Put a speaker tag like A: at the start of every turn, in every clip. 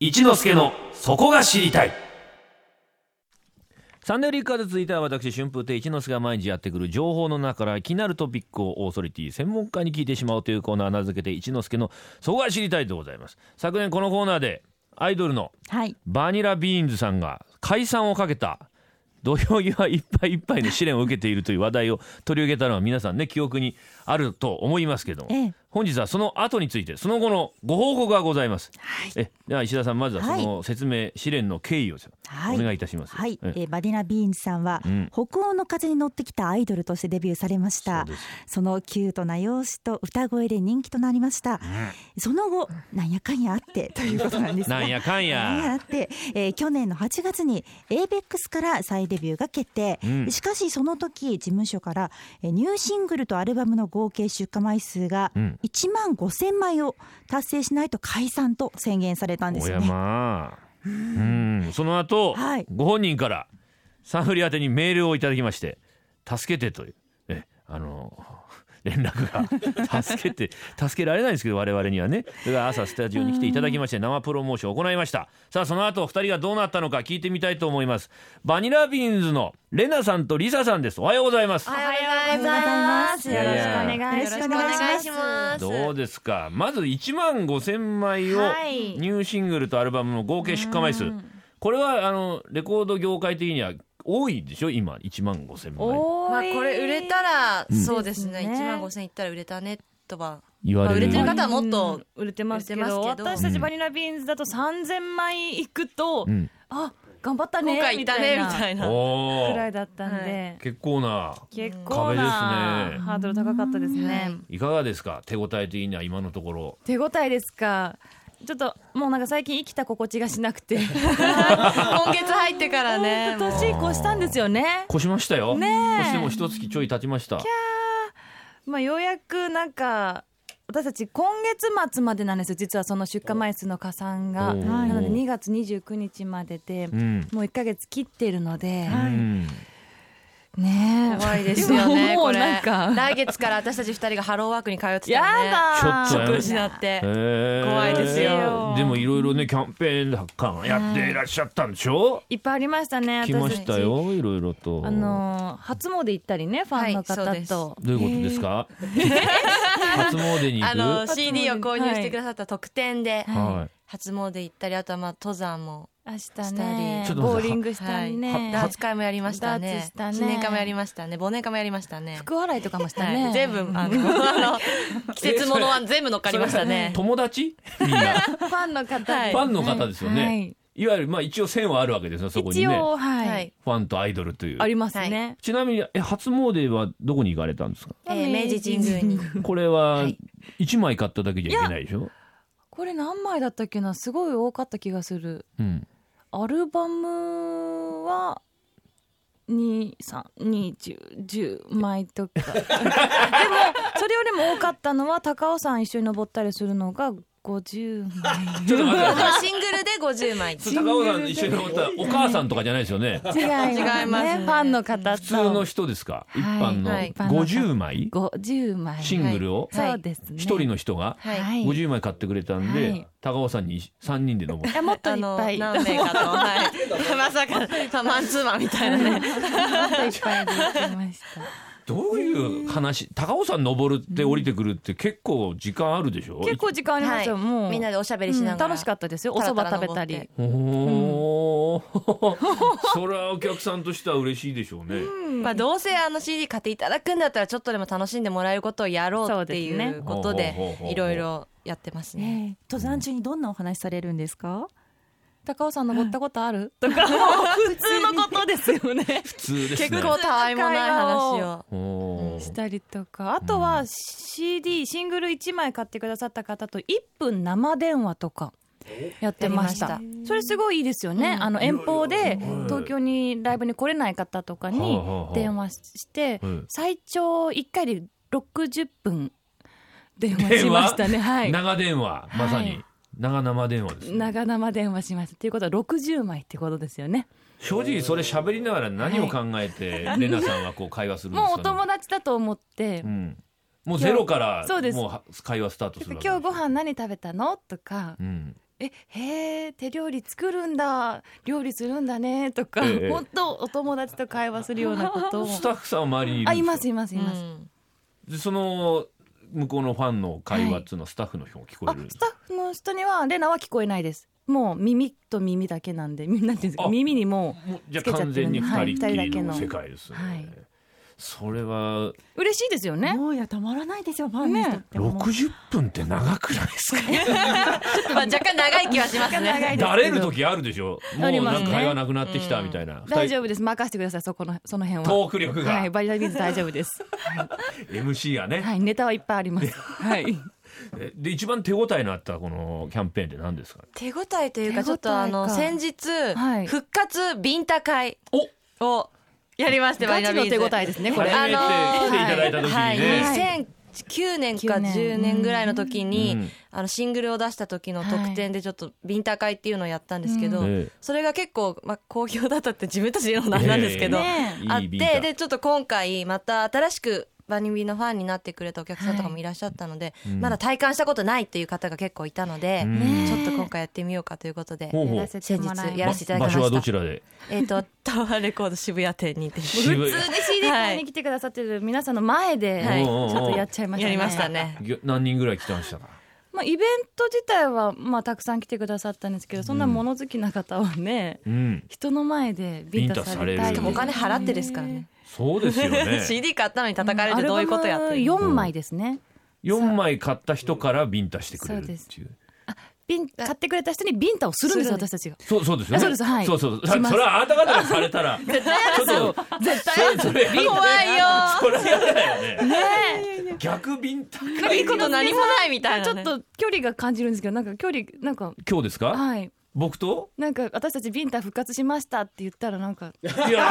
A: 一之助のそこが知りたい
B: サンデーリッカーで続いては私春風亭一之輔が毎日やってくる情報の中から気になるトピックをオーソリティ専門家に聞いてしまおうというコーナー名付けて一之輔の「そこが知りたい」でございます昨年このコーナーでアイドルの
C: はい。
B: バニラビーンズさんが解散をかけた土俵際いっぱいいっぱいの試練を受けているという話題を取り上げたのは皆さんね記憶にあると思いますけども、
C: ええ
B: 本日はその後についてその後のご報告がございます、
C: はい。
B: えでは石田さんまずはその説明、試練の経緯を
C: はい
B: お願いいたします。
C: はい、
B: え
C: えーバディナ・ビーンズさんは、
B: うん
C: 北欧の風に乗ってきたアイドルとしてデビューされました
B: そうです
C: そのキュートな容姿と歌声で人気となりました、その後なんやかんやあってということなんですが
B: なんやかん
C: なんやあ
B: や。
C: って、えー去年の8月に ABEX から再デビューが決定、
B: うん
C: しかしその時事務所から、えーニューシングルとアルバムの合計出荷枚数が
B: うん
C: 1万5000枚を達成しないと解散と宣言されたんで
B: お
C: す
B: や
C: よね。
B: まあ。うん、その後、
C: はい
B: ご本人からサンフリ宛てにメールをいただきまして、助けてという、え、あの。連絡が 助けて助けられないんですけど我々にはねだから朝スタジオに来ていただきまして生プロモーションを行いましたさあその後お二人がどうなったのか聞いてみたいと思いますバニラビーンズのレナさんとリサさんですおはようございます
D: おはよ
B: はよ
C: お
D: うございます。
B: うございます
C: いやいや
D: よろしくお願いします。
B: どうですかまず1万5000枚を
D: はい
B: ニューシングルとアルバムの合計出荷枚数、これはあのレコード業界的には多いでしょ今1万5000枚
D: まあこれ売れたら、そうですね。
E: ですね
D: 1万5千いったら売れたねとは。
B: 言
D: ま
B: わ
D: あ、
B: れ
D: 売れ
B: る
D: てる方はもっと、
E: 売れてますけど
D: 売れてますけど
E: 私たちバニラビーンズだと3000枚いくと、
B: うん
E: あ頑張ったね
D: 今回いったね、みた
E: い
D: いな。
B: お
E: なぐら
B: ー
E: いだったんで、
B: 結構な
E: 結
B: 壁
E: 構な、
B: ですね
E: ハードル高かったですね、
D: はい
B: いかがですか手応え的には今のところ
E: 手応えですかちょっともうなんか最近生きた心地がしな くて
D: 今月入ってからね。もう
E: 年越したんですよね
B: 越しましたよ
E: ねえ
B: 越しても一月ちょい経ちました
E: まあようやくなんか私たち今月末までなんですよ実はその出荷枚数の加算が
B: おー
E: なので2月29日までで
B: うん、
E: もう1か月切ってるので、
B: うん
E: ねえ
D: 怖いですよね。
E: も
D: こ
E: う
D: れ
E: なんか
D: 来月から私たち二人がハローワークに通って
E: や
D: たらね。
E: だー
B: ちょっとや
D: 職
B: め
D: 失って。
B: へー
D: 怖いです
E: よ
B: でもいろいろねキャンペーンだかやっていらっしゃったんでしょ、
E: いっぱいありましたね
B: 来ました
E: 私
B: よいろいろ
E: た
B: と
E: ちあのー初詣行ったりねファンの方と、
D: はいそう
B: どう
D: です
B: いうことですか初詣に行く
D: あの、
E: 初詣
D: CD を購入してくださった特典で、
B: は
D: 初詣行ったり、あとはまあ登山も、
E: 明日
D: ね
E: ね
B: ちょっと
E: ボ
B: 待
E: ー
B: って
E: リングしたりね、
D: はい、ダーツ会もやりました
E: ダーツ
D: ね
E: し。たね
D: 新年会もやりましたね。忘年会もやりましたね。
E: 福笑いとかもした
D: はい、
E: ね、
D: 全部あのあの 季節ものは全部乗っかりました
B: い
D: ね。
B: 友達みんなフ
E: ファンの方、
D: はい
B: ァンの方ですよね、
E: はい
B: い、わゆるまあ一応線はあるわけですよそこに
E: 一
B: ね
E: 応はい、
D: はい、
B: ファンとアイドルという
E: ありますね、
B: ちなみにえ初詣はどこに行かれたんですか
D: えー明治神宮に。
B: これは
D: はい
B: 1枚買っただけじゃいけないでしょ、
E: これ何枚だったっけなすごい多かった気がする
B: うん、
E: アルバムは2320枚とか でもそれよりも多かったのは高尾山一緒に登ったりするのが50
B: ちょっと待って
D: シングルで50枚。
B: ちょっと高尾さん一緒に登ったお母さんとかじゃないですよね
E: 枚違いますね
D: 違いますね
E: ファンの方と
B: 普通の人ですか、
E: はい
B: 一般
D: はい
B: の50枚
E: 50枚
B: シングルを
E: そうですね
B: 一人の人が
D: はい。
E: はい
B: 50枚買ってくれたんで、
E: はい
B: 高尾山に3人で登った
E: いやもっとい
D: あ
E: っ
D: の
E: ぱい
D: 何名かと、はい、 まさかマンツーマンみたいなね。
E: もっといっぱいで行きま した
B: どういう話高尾山登るって降りてくるって結構時間あるでしょ
E: 結構時間ありますよ、もう
D: みんな
E: で
D: でおしゃべりしながら。
E: 楽しかったですよお
D: タ
E: 蕎
D: ラタ
E: 麦
D: ラ
E: 食べたり
D: 登っ
B: おーそれはお客さんとしては嬉しいでしょうね、
D: まあどうせあの CD 買っていただくんだったらちょっとでも楽しんでもらえることをやろうって
E: そうで
D: い
E: す
D: う
B: ね
D: こと
B: ほうほうほう
D: で
B: ほう
D: いろいろやってますね。
C: ねえ登山中にどんなお話されるんですか？
E: 高尾山登ったことあるとかもう普通のことですよね
B: 普通ですね
D: 結構たわいもない 話を。
B: おー
E: したりとかあとは CD、シングル1枚買ってくださった方と1分生電話とかやってました
D: やり
E: それすごいいいですよね、あの遠方で
B: はい
E: 東京にライブに来れない方とか
B: はい
E: に
B: はいはい
E: 電話して
B: はい
E: 最長1回で60分電話しましたねはい
B: 長電話まさに、
E: はい
B: 長生電話です、ね、
E: 長生電話しましたということは60枚ってことですよね
B: 正直それ喋りながら何を考えて、レナさんはこう会話するんです
E: も
B: か、
E: うお
B: ね、
E: 友達だと思って
B: うん、もうゼロから
E: そうです
B: もうは会話スタートするわけ
E: 今日ご飯何食べたのとか
B: うん
E: えへえ手料理作るんだ料理するんだねとか、
B: ええ
E: 本当お友達と会話するようなことを
B: スタッフさんは周りにいるんですか
E: あいますいますいます、
D: ん
B: でその向こうのファンの会話っつうのはスタッフの人も聞こえ
E: あ
B: るんで
E: ス
B: す
E: タッフの人にはレナは聞こえないですもう耳と耳だけなんでみんなんていうんです
B: あ
E: か耳にも
B: もうじゃ
E: つ
B: あ
E: けちゃってる
B: 完全に二人っき
E: はい二
B: り
E: 人だ
B: の
E: けの
B: 世界ですね、
E: はい
B: それは
E: う嬉しいですよね
C: もういやたまらないですよファンの人ってもう
B: 60分って長くないですか
D: まあ若干長い気はしますね。
E: 長いですけど
B: だれる時あるでしょも
E: あ
B: う
E: り
B: な
E: ます
B: ん
E: ね
B: か会話なくなってきたみたいな、
E: 大丈
B: 夫
E: 夫です任せてくださいそこのその辺は
B: トーク力が、
E: はいバリバリズ大丈夫です、
B: MC がね、
E: はい、ネタはいっぱいありますはい
B: えで一番手応えのあったこのキャンペーンって何です か
D: 手応えというか
E: 手
D: ち
E: 応
D: ょ
E: えか
D: っとあの先日、
E: はい
D: 復活ビンタ会をやりまして
E: ガチの手応
D: え
E: えですねこれ
B: 初めて来ていただいた時にね、
D: はい
E: はい
D: 2009年か
E: 9年
D: 10年ぐらいの時に、
B: うん
D: あのシングルを出した時の特典でちょっとビンタ会っていうのをやったんですけど、
B: うんええ
D: それが結構、まあ、好評だったって自分たちで言うのもなんなんですけど、
B: え
E: ね
B: え
D: あっ
B: い
D: て
B: いビンタ
D: でちょっと今回また新しく番組のファンになってくれたお客さんとかもいらっしゃったので、
B: うん
D: まだ体感したことないっていう方が結構いたので、
B: うん
D: ちょっと今回やってみようかということで、
B: ほうほう
E: やらせて
D: 先
E: もらいます
D: 日やらせていただきま
B: 場
D: し
B: 所
D: た
B: はどちらで
D: え っ、とタワーレコード渋谷店にて
B: 渋
E: 普通
B: 谷
E: に CD
D: はい
E: 買いに来てくださってる皆さんの前で、
D: はい
E: ちょっとやっちゃいまし
D: や
E: たね。
D: りました。ね
B: ぎょ何人ぐらい来てましたか
E: まあイベント自体はまあたくさん来てくださったんですけど、そんな物好きな方はね、
B: うん
E: 人の前でビンタされ
B: ビンタ
E: た
B: される
E: い。
D: しかもお金払ってですからね
B: そうです よ ね
D: CD 買ったのに叩かれてどういうことやってる
E: 四枚ですね。
B: 4枚買った人からビンタしてくれるっていう
E: そビン買ってくれた人にビンタをするんです
D: する
E: よ
D: んで
E: 私たちが。
B: そうそうですよね。
E: あそうですはい
B: そうそう
E: し
B: そ
E: ます
B: れはあなた方がされたら、ちょっと
E: 絶対
B: それそれ
D: 怖い
B: そ
D: よ
B: れは嫌だよね。逆ビンタ。
D: いいこと何もないみたいな、
E: ち
D: ね、
E: ょっと距離が感じるんですけど、なんか距離なんか
B: 今日ですか？
E: はい。
B: 僕と？
E: なんか私たちビンタ復活しましたって言ったらなんか
B: いやいや。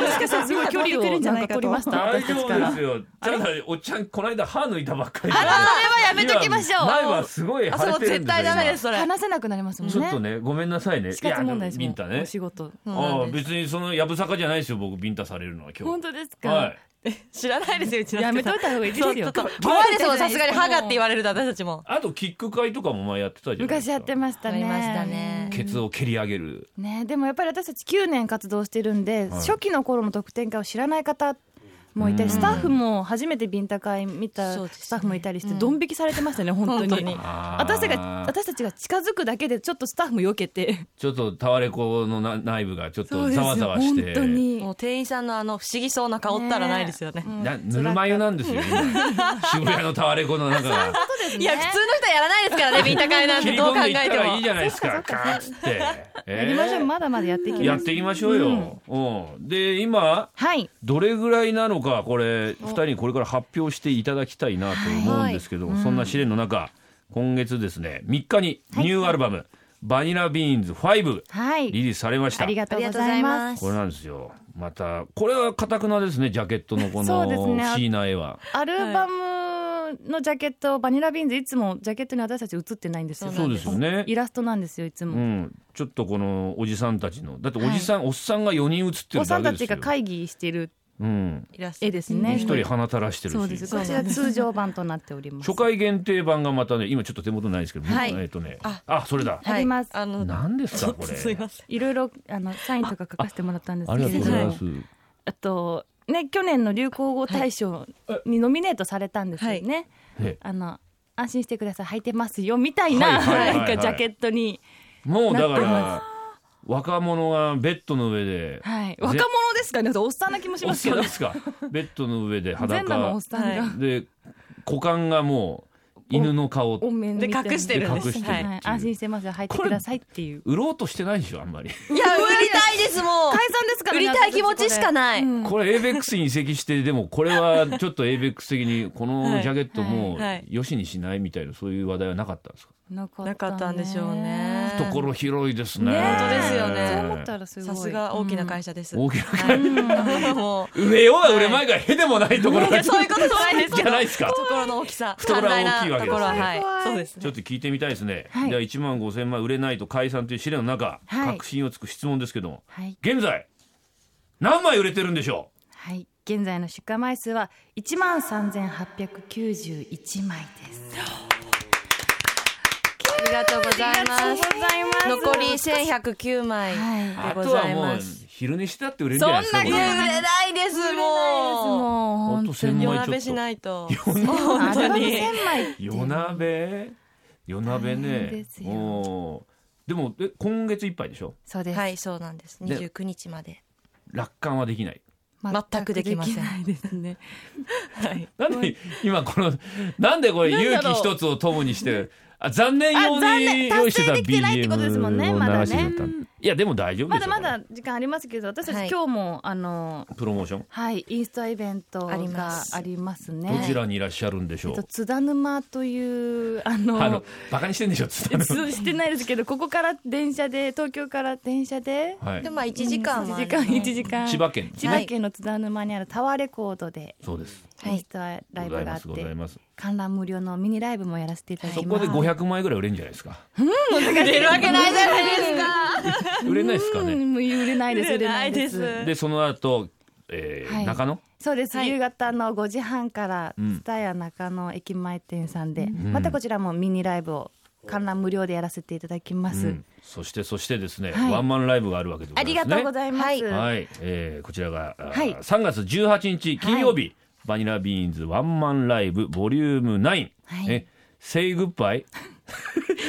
E: もしかしたらすごい距離をなんか取りました
B: 大
E: 私
B: 丈
E: たち
B: 夫
E: から
B: で。すよ。ただおっちゃんこの間歯抜いたばっかりで。
E: あれはやめときましょう
B: 今前はすごい
D: あそ
B: 腫れ
D: こ
B: てる
D: 絶
B: んですよ。
D: 対ダメです
B: 今。
D: それ
E: 話せなくなりますもんね。
B: ちょっとねごめんなさいね。
E: 死活問題です
B: いやあのビ
E: も
B: ン
E: ん
B: タね
E: お。仕事
D: そうなん
B: ああ
D: です
B: 別にそのやぶさかじゃないですよ僕ビンタされるのは今日。
E: 本当ですか、
B: はい。
D: 知らないですよう ちの人
E: やめといた方がいいです よ
D: 怖いですもんさすがに歯がって 言われると私たちも
B: あとキック会とかも前やってたじゃないです
E: 昔
B: か。
E: やってましたね
D: やりましたね
B: ケツを蹴り上げる。
E: ねでもやっぱり私たち9年活動してるんで、
B: はい
E: 初期の頃の特典会を知らない方もいたりスタッフも初めてビンタ会見た
D: そうですね
E: スタッフもいたりしてドン引きされてましたね本当に
D: 本当に
B: 私
E: 私たちが私たちが近づくだけでちょっとスタッフも避けて
B: ちょっとタワレコのな内部がちょっとざわざわして
E: 本当に
D: もう店員さんのあの不思議そうな顔ったらないですよね
B: なぬるま湯なんですよ 今渋谷のタワレコの中が
D: いや普通の人はやらないですから ねビンタ会なん
B: 切
D: て
B: り
D: ど
B: 込
D: うん考
B: でいっ
D: え
B: てた らいい
D: も
B: じゃないですかカーッつって、
E: やりましょうまだまだやっていき
B: えーや
E: ま
B: っ
E: す
B: ていきましょうよ、うん、で今
E: はい
B: どれぐらいなのかこれ2人にこれから発表していただきたいなと思うんですけども、そんな試練の中今月ですね3日にニューアルバム「バニラビーンズ5
E: は」
B: リ
E: い
B: リースされまし
E: あ
B: た
E: りがとうございます
D: す
B: これなんですよまたこれはかたくなですねジャケットのこ
E: そ
B: の
E: う
B: 不
E: です
B: 思
E: ね
B: 議な絵は
E: アルバムのジャケット、バニラビーンズいつもジャケットに私たち映ってないんですよ
B: そうですよね
E: イラストなんですよいつ
B: う
E: も、
B: んちょっとこのおじさんたちのだっておじさん、おっさんが4人写って
E: お
B: る
E: 子さ
B: だ
E: ん
B: け
E: た
B: ですよ
E: ちが会議してる
B: うん
D: イラスト
E: 絵ですね
B: 一人鼻垂らして
E: そう
B: る
E: です
B: し
E: こちら通常版となっております
B: 初回限定版がまたね今ちょっと手元ないですけど、
D: はい
B: えっ、とねあ
D: あ
B: それだ、
E: あります
D: はいあの
B: 何ですかこれ
D: すいません
E: いろいろあのサインとか書かせてもらったんです
B: あ
E: け
B: りがとうご
E: れど
B: ざい
E: も
B: ます、
E: あとね去年の流行語大賞にノミネートされたんですよね、
B: え
E: あの安心してください履いてますよみたい
B: はい
E: な,、
B: はいはいはい
E: なんかジャケットに、
B: もうだか
E: なって
B: ら若者がベッドの上で、
E: はい、
B: ぜ
E: 若者ですかねおっさんな気もし
B: おっ
E: ます
B: さん
E: けど
B: ですかベッドの上で
E: 全裸の
B: 裸
E: おっさんが、
D: は
B: で股間がもう犬の顔
E: お面
D: で
E: みたいな
D: 隠してるんです
B: で隠してる
D: はい
E: はい、安心してますよ履いてくださいっていう
B: 売ろうとしてないでしょあんまり
D: いや売りたいですもん
E: 解散ですから
D: 売りたい気持ちしかない
E: うん
B: これ ABEX に移籍してでもこれはちょっと ABEX 的にこのジャケットも
D: はいはい
B: よしにしないみたいなそういう話題はなかったんですか
E: なか
D: なかったんでしょうね
B: 懐広いですね
E: ね
D: 本当ですよね
E: そう思ったらすごい
D: さすが大きな会社です
B: 大きな
D: はい も
B: 売れようが売れまいがへでもないところ
D: うい
B: が
D: や
B: じ
D: そういうことじゃないです
B: ゃないですか
D: 懐の大きさ
B: 懐は大きいわけですね
D: 寛大なところははいそうです
B: ちょっと聞いてみたいですね
E: はい
B: では1万5000万売れないと解散という試練の中
E: はい
B: 確信をつく質問ですけども
E: はい、
B: 現在何枚売れてるんでしょ
E: はい、現在の出荷枚数は1万3891枚です
D: ありがとうございます
E: ありがとうございます
D: 残り1109枚
C: は
B: あ
D: でご
B: とは
D: ざい
B: もう
D: ます
B: 昼寝してたって売れるんじ
E: そ
B: ゃ
E: ん
B: な
E: ない
B: です
E: に
B: かこ
E: 売れ
B: れ
E: な
D: 売
E: い
D: れないです
B: ほ
D: もう
E: もう
B: ん
E: 本
B: と
E: 当
B: 千枚
E: に
B: ちょ
D: 夜
B: っと
D: 鍋しないと
E: 本
C: い。
E: 当
C: アルバム
E: に
C: 千枚って
B: 夜鍋夜鍋
E: 大変
B: ね
E: ですよ
B: おーでもえ今月いっぱいでしょ
E: そうです、
D: はいそうなんです
B: で
D: 29日まで
B: 楽観はできない
D: 全くできません
E: 全くないですね
D: はい
B: なんで今このなんでこれ
E: なん
B: 勇
E: だろう
B: 気一つを友にしてあ残念用
E: あ残
B: に
E: 念
B: 用意してた
E: 達成できてないって
B: BGM
E: ことですもんねま
B: を
E: だね
B: 流してしまったんでいやでも大丈夫で
E: ますだ
B: よ
E: まだ時間ありますけど私たち
D: はい
E: 今日もあの
B: プロモーション
E: はいインスタイベント
D: あり
E: が
D: ます
E: ありますね
B: どちらにいらっしゃるんでし
E: え
B: ょ
E: っと
B: う
E: 津田沼というあの
B: あのバカにしてんでしょつったの
E: つしてないですけどここから電車で東京から電車で
B: はい
D: でまあ1時間
E: 1
D: は
E: 時間1時間
B: 千葉県
E: 千葉県の津田沼にあるタワーレコードで
B: そうです
D: は
E: インス
D: い
E: タライ
B: ご
E: ブ
B: ざい
E: があ
B: ま
E: っ
B: すござ
E: て
B: います
E: 観覧無料のミニライブもやらせていただ
B: そ
E: き
B: こ
E: ます
B: で500枚ぐらい売れるんじゃないです か
D: 出るわけないじゃないですか
B: 売れないですか
E: う
B: ね
E: んもう売れないです 売れないで
D: 売れ
E: す
D: ない
B: でその後、えー
E: はい
B: 中野
E: そうです、
D: はい
E: 夕方の5時半から
B: うん
E: 蔦屋中野駅前店さんで、
B: ん
E: またこちらもミニライブを観覧無料でやらせていただきます、
B: うんそしてそしてですね、
E: はい
B: ワンマンライブがあるわけでござ
E: あ
B: いますね。
E: りがとうございます、
B: はい、えーこちらが、あー
E: はい
B: 3月18日金曜日、バニラビーンズワンマンライブボリューム9、
E: はい
B: え Say goodbye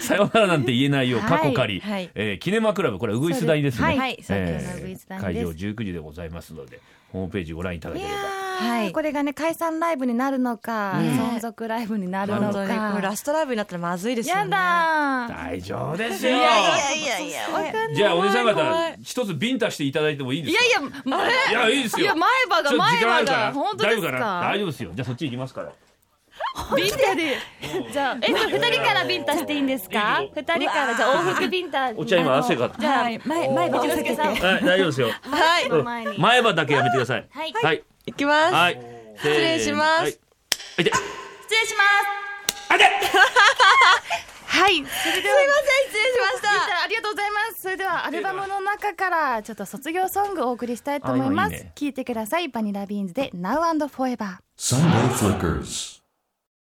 B: さよならなんて言えないよ過去借り、
D: はいはい
B: えーキネマクラブこれはウグイス台ですね
E: はい
D: はい
E: そうですウグイス谷
B: 会
E: です
B: 場19時でございますのでホームページご覧いただければ
E: は、
D: はいい
E: これがね解散ライブになるのか、存続ライブになるの
D: 本当に
E: か
D: これラストライブになったらまずいですよね
E: やだー
B: 大丈夫ですよ
D: いやいやいや
B: じゃあお姉さん
D: 怖
B: 方
D: い
B: 一つビンタしていただいてもいいで
E: い
B: す
E: や
B: か
E: いやまあれ
B: いやいいですよ
E: いや前
B: ち
E: 歯
B: ょっ
E: が
B: と
E: 前
B: 時間あ
E: 歯
B: るから
E: が本当です
B: 大丈夫かな
E: か
B: 大丈夫ですよじゃあそっち行きますから
E: ビンタでじゃあえ二人からビンタしていいんですか
B: いいよ
E: 二人からじゃあ往復ビンタ
B: お茶今汗が
E: じゃあ
C: い。前前部長避けて。
B: はい大丈夫ですよ
D: はい
E: の前に
B: 前歯だけやめてください
E: はい
B: はい
D: いきます、
B: はい。失
D: 礼します
B: いて、
E: 失礼します
B: あいて。
E: はいそれでは
D: すいません失礼しました
E: ありがとうございますそれではアルバムの中からちょっと卒業ソングをお送りしたいと思いま
B: あいい
E: す
B: ね
E: 聞いてくださいバニラビーンズで Now and Forever
F: Sunday Flickers.